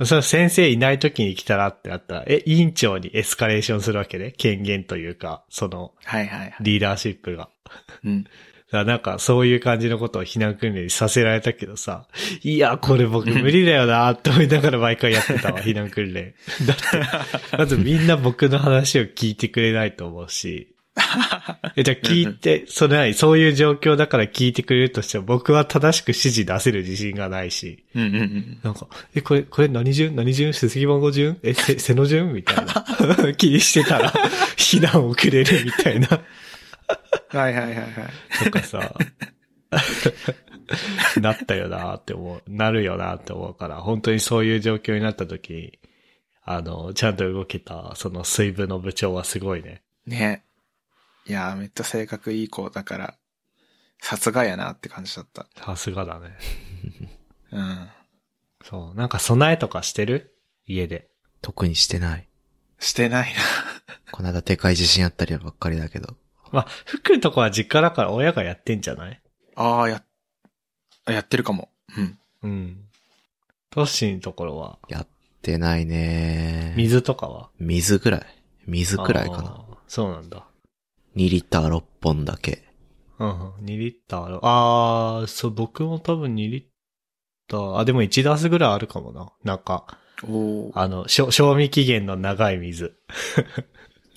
Speaker 1: その先生いない時に来たらってなったら、え、委員長にエスカレーションするわけね。権限というか、その、
Speaker 2: はいはいはい。
Speaker 1: リーダーシップが。
Speaker 2: うん、
Speaker 1: だからなんか、そういう感じのことを避難訓練にさせられたけどさ、いや、これ僕無理だよな、と思いながら毎回やってたわ、避難訓練。だって、まずみんな僕の話を聞いてくれないと思うし、え、じゃあ聞いて、それない、そういう状況だから聞いてくれるとしても、僕は正しく指示出せる自信がないし、
Speaker 2: うん、うん、うん。
Speaker 1: なんか、え、これ、これ何順何順出席番号順え、せ、背の順みたいな 気にしてたら、避難遅れるみたいな。
Speaker 2: はいはいはいはい。
Speaker 1: とかさ、 なったよなって思う、なるよなって思うから、本当にそういう状況になった時に、あの、ちゃんと動けた、その水分の部長はすごいね。
Speaker 2: ねえ。いやー、めっちゃ性格いい子だから、さすがやなって感じだった。
Speaker 1: さすがだね。
Speaker 2: うん。
Speaker 1: そう。なんか備えとかしてる家で。
Speaker 3: 特にしてない。
Speaker 2: してない な。
Speaker 3: この間でかい地震あったりばっかりだけど。
Speaker 1: まあ、服のとこは実家だから親がやってんじゃない
Speaker 2: ああ、や、やってるかも。うん。
Speaker 1: うん。トッシーのところは、
Speaker 3: やってないね水。
Speaker 1: 水とかは
Speaker 3: 水くらい。水くらいか
Speaker 1: あ
Speaker 3: な。
Speaker 1: ーそうなんだ。
Speaker 3: 2リッター6本だけ。
Speaker 1: うんうん、2リッターある。あー、そう、僕も多分2リッター、あ、でも1ダースぐらいあるかもな。なんか、
Speaker 2: おお。
Speaker 1: あの、賞賞味期限の長い水。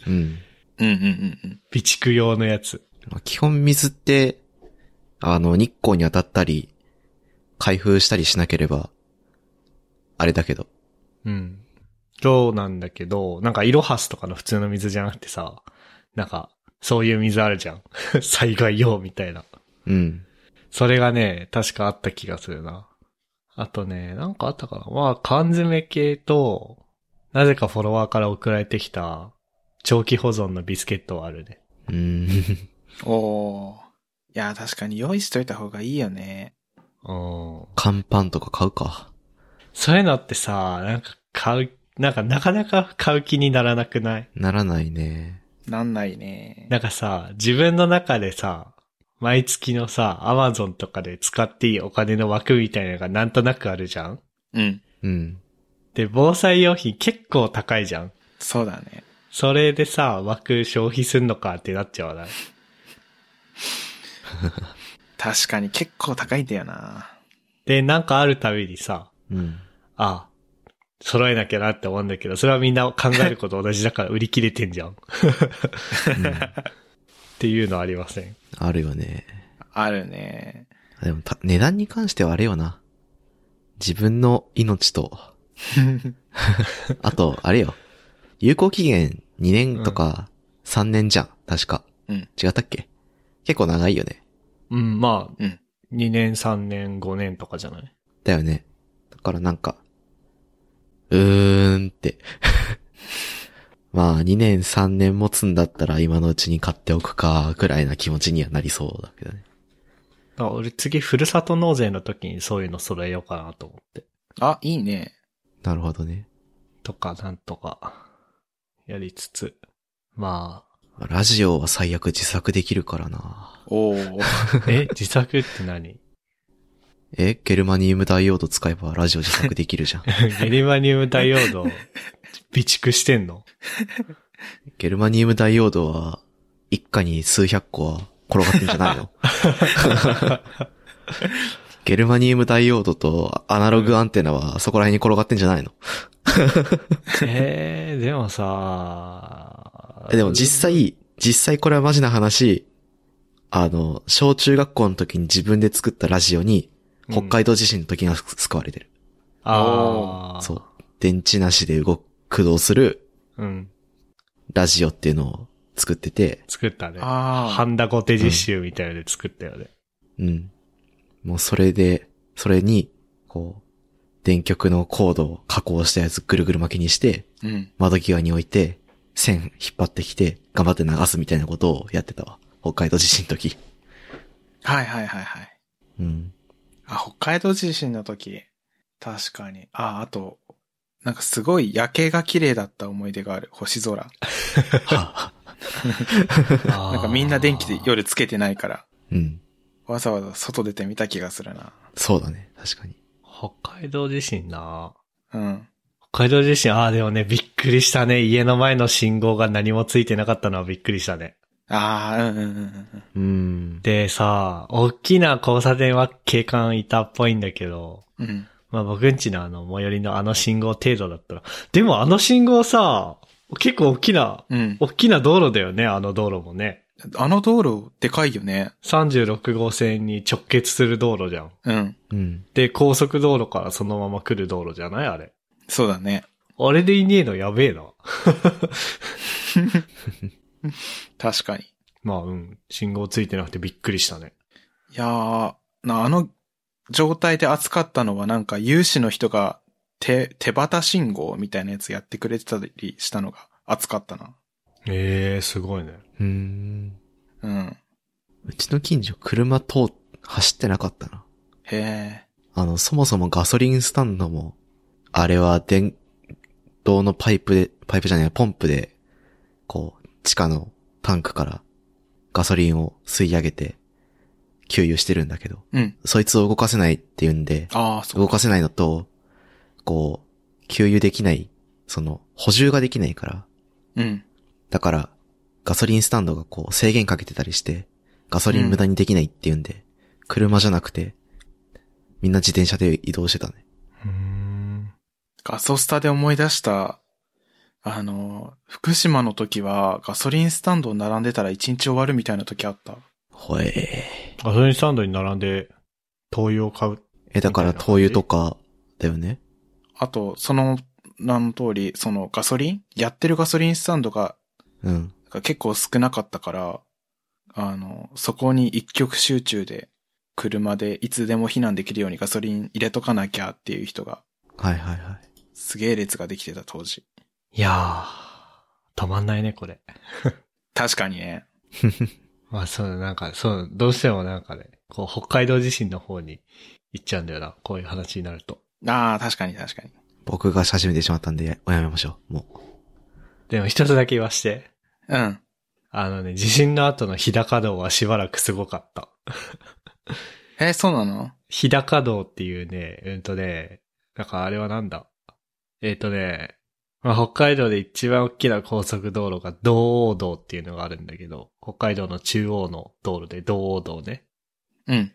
Speaker 3: うん。
Speaker 2: うんうんうんうん。
Speaker 1: 備蓄用のやつ。
Speaker 3: まあ基本水って、あの、日光に当たったり、開封したりしなければ、あれだけど。
Speaker 1: うん。そうなんだけど、なんかイロハスとかの普通の水じゃなくてさ、なんか、そういう水あるじゃん。 災害用みたいな。
Speaker 3: うん。
Speaker 1: それがね、確かあった気がするな。あとね、なんかあったかな。まあ、缶詰系と、なぜかフォロワーから送られてきた、長期保存のビスケットはあるね。
Speaker 3: うーん。
Speaker 2: おー。いや、確かに用意しといた方がいいよね。
Speaker 1: うん。
Speaker 3: 乾パンとか買うか。
Speaker 1: そういうのってさ、なんか買う、なんかなかなか買う気にならなくない
Speaker 3: ならないね。
Speaker 2: なんないね。
Speaker 1: なんかさ、自分の中でさ、毎月のさ、アマゾンとかで使っていいお金の枠みたいなのがなんとなくあるじゃん
Speaker 2: うん。
Speaker 3: うん。
Speaker 1: で、防災用品結構高いじゃん
Speaker 2: そうだね。
Speaker 1: それでさ、枠消費すんのかってなっちゃわない
Speaker 2: 確かに結構高いんだよな。
Speaker 1: で、なんかあるたびにさ、
Speaker 3: うん。
Speaker 1: あ揃えなきゃなって思うんだけど、それはみんな考えること同じだから売り切れてんじゃん。っ
Speaker 3: うん、
Speaker 1: ていうのありません。
Speaker 3: あるよね。
Speaker 2: ある ね。
Speaker 3: でもた、値段に関してはあれよな。自分の命と、 あと、あれよ。有効期限2年とか3年じゃん。確か。
Speaker 2: うん。
Speaker 3: 違ったっけ結構長いよね。
Speaker 1: うん、まあ、
Speaker 2: うん
Speaker 1: 2年、3年、5年とかじゃない
Speaker 3: だよね。だからなんか、うーんって。 まあ、2年3年持つんだったら今のうちに買っておくか、ぐらいな気持ちにはなりそうだけどね。
Speaker 1: あ俺次、ふるさと納税の時にそういうの揃えようかなと思って。
Speaker 2: あ、いいね。
Speaker 3: なるほどね。
Speaker 1: とか、なんとか、やりつつ。ま
Speaker 3: ラジオは最悪自作できるからな。
Speaker 2: おー。
Speaker 1: あ、え、自作って何
Speaker 3: えゲルマニウムダイオード使えばラジオ自作できるじ ゃん。
Speaker 1: ゲリマニウムダイオード、備蓄してんの
Speaker 3: ゲルマニウムダイオードは、一家に数百個は転がってんじゃな いのゲルマニウムダイオードとアナログアンテナはそこら辺に転がってんじゃないの
Speaker 1: ええでもさ
Speaker 3: えでも実際、実際これはマジな話、あの、小中学校の時に自分で作ったラジオに、北
Speaker 1: うん
Speaker 3: 海道地震の時が救われてる。
Speaker 1: ああ。
Speaker 3: そう。。電池なしで動く、駆動する
Speaker 1: うん。
Speaker 3: ラジオっていうのを作ってて、
Speaker 1: 作ったね。ハ
Speaker 2: あ
Speaker 1: ンダコテ実習みたいので作ったよね。
Speaker 3: うん。もうそれで、それに、こう、電極のコードを加工したやつぐるぐる巻きにして、
Speaker 2: ー。うん。
Speaker 3: 窓際に置いて、線引っ張ってきて、頑張って流すみたいなことをやってたわ。北海道地震の時。
Speaker 2: はいはいはいはい。
Speaker 3: うん。
Speaker 2: あ、北海道地震の時。確かに。あ、あと、なんかすごい夜景が綺麗だった思い出がある。星空。
Speaker 3: は
Speaker 1: な
Speaker 2: なんかみんな電気で。夜つけてないから。
Speaker 3: うん。
Speaker 2: わざわざ外出てみた気がするな。
Speaker 3: そうだね。確かに。
Speaker 1: 北海道地震な
Speaker 2: うん。
Speaker 1: 北海道地震、ああ、でもね、びっくりしたね。家の前の信号が何もついてなかったのはびっくりしたね。
Speaker 2: ああ、うんうんうんうん。
Speaker 3: うん。
Speaker 1: でさ、大きな交差点は警官いたっぽいんだけど、
Speaker 2: うん。
Speaker 1: まあ僕んちのあの、最寄りのあの信号程度だったら。でもあの信号さ、結構大きな、
Speaker 2: うん。
Speaker 1: 大きな道路だよね、あの道路もね。
Speaker 2: あの道路、でかいよね。
Speaker 1: 36号線に直結する道路じゃん。
Speaker 2: うん。
Speaker 3: うん。
Speaker 1: で、高速道路からそのまま来る道路じゃないあれ。
Speaker 2: そうだね。
Speaker 1: あれでいねえのやべえな。
Speaker 2: 確かに。い
Speaker 1: まあうん。信号ついてなくてびっくりしたね。
Speaker 2: やー、な、あの状態で暑かったのはなんか有志の人が手、手旗信号みたいなやつやってくれてたりしたのが暑かったな。
Speaker 1: ええー、すごいね。
Speaker 3: うん。
Speaker 2: うん。
Speaker 3: うちの近所車通っ、走ってなかったな。
Speaker 2: へ
Speaker 3: あの、そもそもガソリンスタンドも、あれは電動のパイプで、パイプじゃない、ポンプで、こう、地下のタンクからガソリンを吸い上げて、給油してるんだけど、
Speaker 2: え。うん。
Speaker 3: そいつを動かせないっていうんで、
Speaker 2: ああ、そう
Speaker 3: 動かせないのと、こう、給油できない、その、補充ができないから、
Speaker 2: うん。
Speaker 3: だから、ガソリンスタンドがこう制限かけてたりして、ガソリン無駄にできないっていうんで、車じゃなくて、みんな自転車で移動してたね。
Speaker 1: うーん。
Speaker 2: ガソスタで思い出した、あの、福島の時はガソリンスタンドを並んでたら一日終わるみたいな時あった。
Speaker 3: ほえ。
Speaker 1: ガソリンスタンドに並んで、灯油を買う。
Speaker 3: え、だから灯油とか、だよね。
Speaker 2: あと、その名の通り、そのガソリンやってるガソリンスタンドが
Speaker 3: うん。
Speaker 2: が結構少なかったから、あの、そこに一極集中で、車でいつでも避難できるようにガソリン入れとかなきゃっていう人が、
Speaker 3: はいはいはい。
Speaker 2: すげえ列ができてた当時。
Speaker 1: いやー、たまんないね、これ。
Speaker 2: 確かにね。
Speaker 1: まあそう、なんか、そう、どうしてもなんかね、こう、北海道地震の方に行っちゃうんだよな、こういう話になると。
Speaker 2: ああ、確かに確かに。
Speaker 3: 僕が始めてしまったんで、やおやめましょう。もう。
Speaker 1: でも一つだけ言わして、
Speaker 2: うん。
Speaker 1: あのね、地震の後の日高道はしばらくすごかった。
Speaker 2: え、そうなの
Speaker 1: 日高道っていうね、うんとね、なんかあれはなんだ。えっ、とね、まあ、北海道で一番大きな高速道路が道央道っていうのがあるんだけど、北海道の中央の道路で道央道ね。
Speaker 2: うん。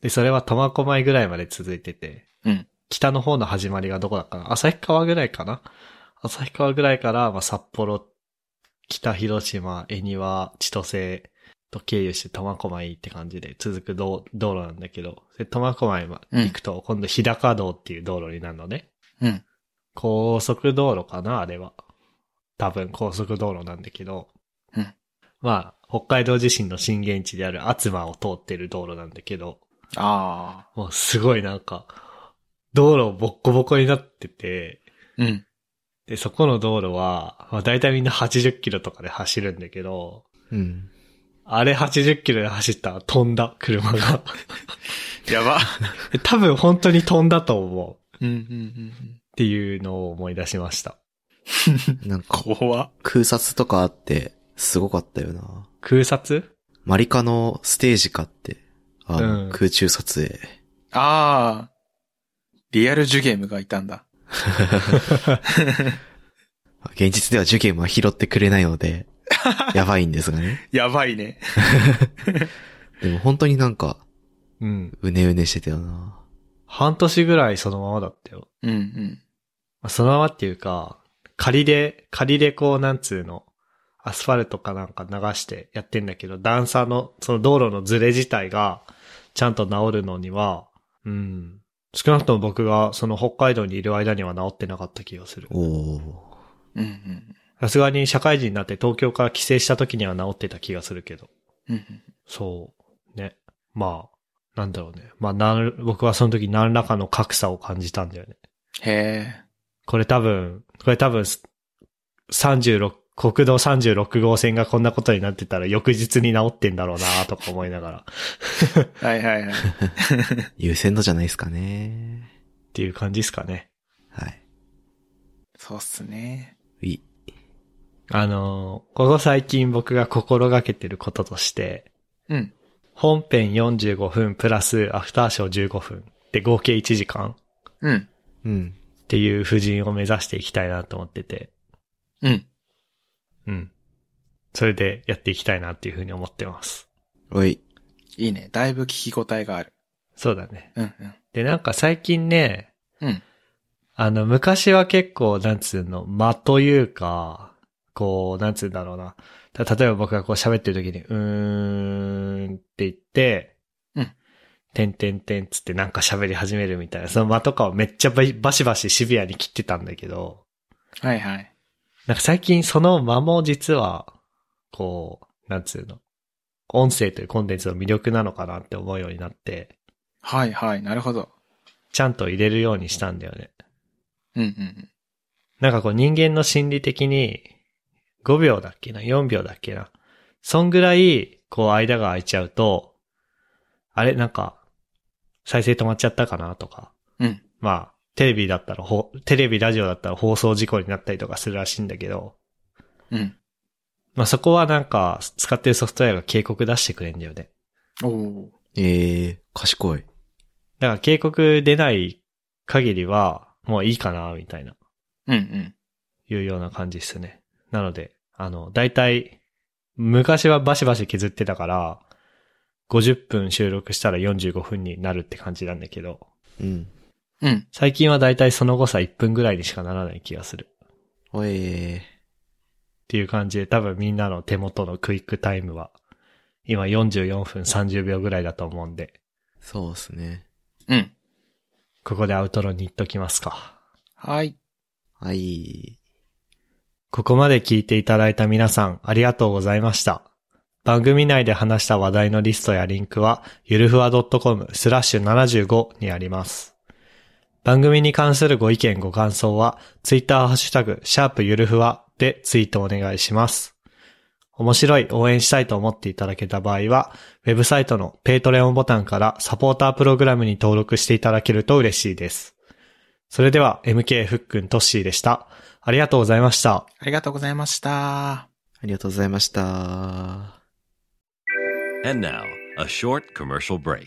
Speaker 1: で、それは苫小牧ぐらいまで続いてて、
Speaker 2: うん
Speaker 1: 北の方の始まりがどこだっかな旭川ぐらいかな旭川ぐらいから、まあ、札幌、北広島、恵庭、千歳と経由して苫小牧って感じで続く道道路なんだけど、で苫小牧まで行くと、今度日高道っていう道路になるのね。
Speaker 2: うん。
Speaker 1: 高速道路かなあれは。多分高速道路なんだけど。
Speaker 2: うん
Speaker 1: まあ、北海道地震の震源地である厚間を通ってる道路なんだけど、
Speaker 2: ああ。
Speaker 1: もうすごいなんか、道路ボッコボコになってて、
Speaker 2: うん。
Speaker 1: で、そこの道路は、まあ大体みんな80キロとかで走るんだけど、
Speaker 3: うん。
Speaker 1: あれ80キロで走ったら飛んだ、車が。
Speaker 2: やば。
Speaker 1: で多分本当に飛んだと思う。っ
Speaker 2: うん、うん、
Speaker 1: ていうのを思い出しました。
Speaker 3: なんか、
Speaker 2: うん。怖
Speaker 3: 空撮とかあって、すごかったよな。
Speaker 1: 空撮
Speaker 3: マリカのステージかって、あの、
Speaker 1: うん
Speaker 3: 空中撮影。
Speaker 2: ああ。リアルジュゲームがいたんだ。
Speaker 3: 現実では受験は拾ってくれないので、やばいんですがね。
Speaker 2: やばいね。
Speaker 3: でも本当になんか、
Speaker 1: うん。
Speaker 3: うねうねしてたよな。
Speaker 1: 半年ぐらいそのままだったよ。
Speaker 2: うん、うん。
Speaker 1: まあそのままっていうか、仮で、仮でこう、なんつうの、アスファルトかなんか流してやってんだけど、段差の、その道路のズレ自体が、ちゃんと治るのには、うん。少なくとも僕が、その北海道にいる間には治ってなかった気がする。
Speaker 3: おー。
Speaker 2: うん、うん。
Speaker 1: さすがに社会人になって東京から帰省した時には治ってた気がするけど。
Speaker 2: うんうん、
Speaker 1: そう。ね。まあ、なんだろうね。まあ、なん、僕はその時何らかの格差を感じたんだよね。
Speaker 2: へ
Speaker 1: これ多分、これ多分、36、国道36号線がこんなことになってたら翌日に治ってんだろうなとか思いながらっ
Speaker 2: え。はいはい はい。
Speaker 3: 優先度じゃないですかね。
Speaker 1: ていう感じですかね。
Speaker 3: はい。
Speaker 2: そうっすね。
Speaker 3: うい。
Speaker 1: あのーここ最近僕が心がけてることとして、
Speaker 2: うん。
Speaker 1: 本編45分プラスアフターショー15分で合計1時間
Speaker 2: うん。
Speaker 3: うん。
Speaker 1: っていう布陣を目指していきたいなと思ってて、
Speaker 2: うん。
Speaker 1: うん。それでやっていきたいなっていうふうに思ってます。
Speaker 3: おい。
Speaker 2: いいね。だいぶ聞き応えがある。
Speaker 1: そうだね。
Speaker 2: うんうん。
Speaker 1: で、なんか最近ね、
Speaker 2: うん。
Speaker 1: あの、昔は結構、なんつうの、間というか、こう、なんつうんだろうな。た例えば僕がこう喋ってる時に、うーんって言って、
Speaker 2: うん。
Speaker 1: てんてんてんつってなんか喋り始めるみたいな、その間とかをめっちゃバシバシバシシビアに切ってたんだけど、
Speaker 2: はいはい。
Speaker 1: なんか最近その間も実は、こう、なんつうの、音声というコンテンツの魅力なのかなって思うようになって、
Speaker 2: はいはい。なるほど。
Speaker 1: ちゃんと入れるようにしたんだよね。
Speaker 2: うんうん
Speaker 1: なんかこう人間の心理的に、5秒だっけな ?4 秒だっけなそんぐらい、こう間が空いちゃうと、あれなんか、再生止まっちゃったかなとか。
Speaker 2: うん。うん。
Speaker 1: まあ、テレビだったらほ、テレビ、ラジオだったら放送事故になったりとかするらしいんだけど、
Speaker 2: うん。
Speaker 1: まあそこはなんか、使ってるソフトウェアが警告出してくれんだよね。
Speaker 2: おお。
Speaker 3: えー、賢い。
Speaker 1: だから警告出ない限りは、もういいかな、みたいな。
Speaker 2: うんうん。
Speaker 1: いうような感じですね。なので、あの、だいたい、昔はバシバシ削ってたから、50分収録したら45分になるって感じなんだけど、
Speaker 3: うん。
Speaker 2: うん。
Speaker 1: 最近はだいたいその誤差1分ぐらいにしかならない気がする。
Speaker 3: あおえ
Speaker 1: っていう感じで、多分みんなの手元のクイックタイムは、今44分30秒ぐらいだと思うんで、
Speaker 3: ー、そうですね。
Speaker 2: うん。
Speaker 1: ここでアウトロに行っときますか。
Speaker 2: はい。
Speaker 3: はい。
Speaker 1: ここまで聞いていただいた皆さん、ありがとうございました。番組内で話した話題のリストやリンクは、ゆるふわ .com スラッシュ75にあります。番組に関するご意見ご感想は、ツイッターハッシュタグ、シャープゆるふわでツイートお願いします。面白い、応援したいと思っていただけた場合は、ウェブサイトのペイトレオンボタンからサポータープログラムに登録していただけると嬉しいです。それでは、MK ふっくんトッシーでした。ありがとうございました。
Speaker 2: ありがとうございました。
Speaker 3: ありがとうございました。
Speaker 4: And now, a short commercial break.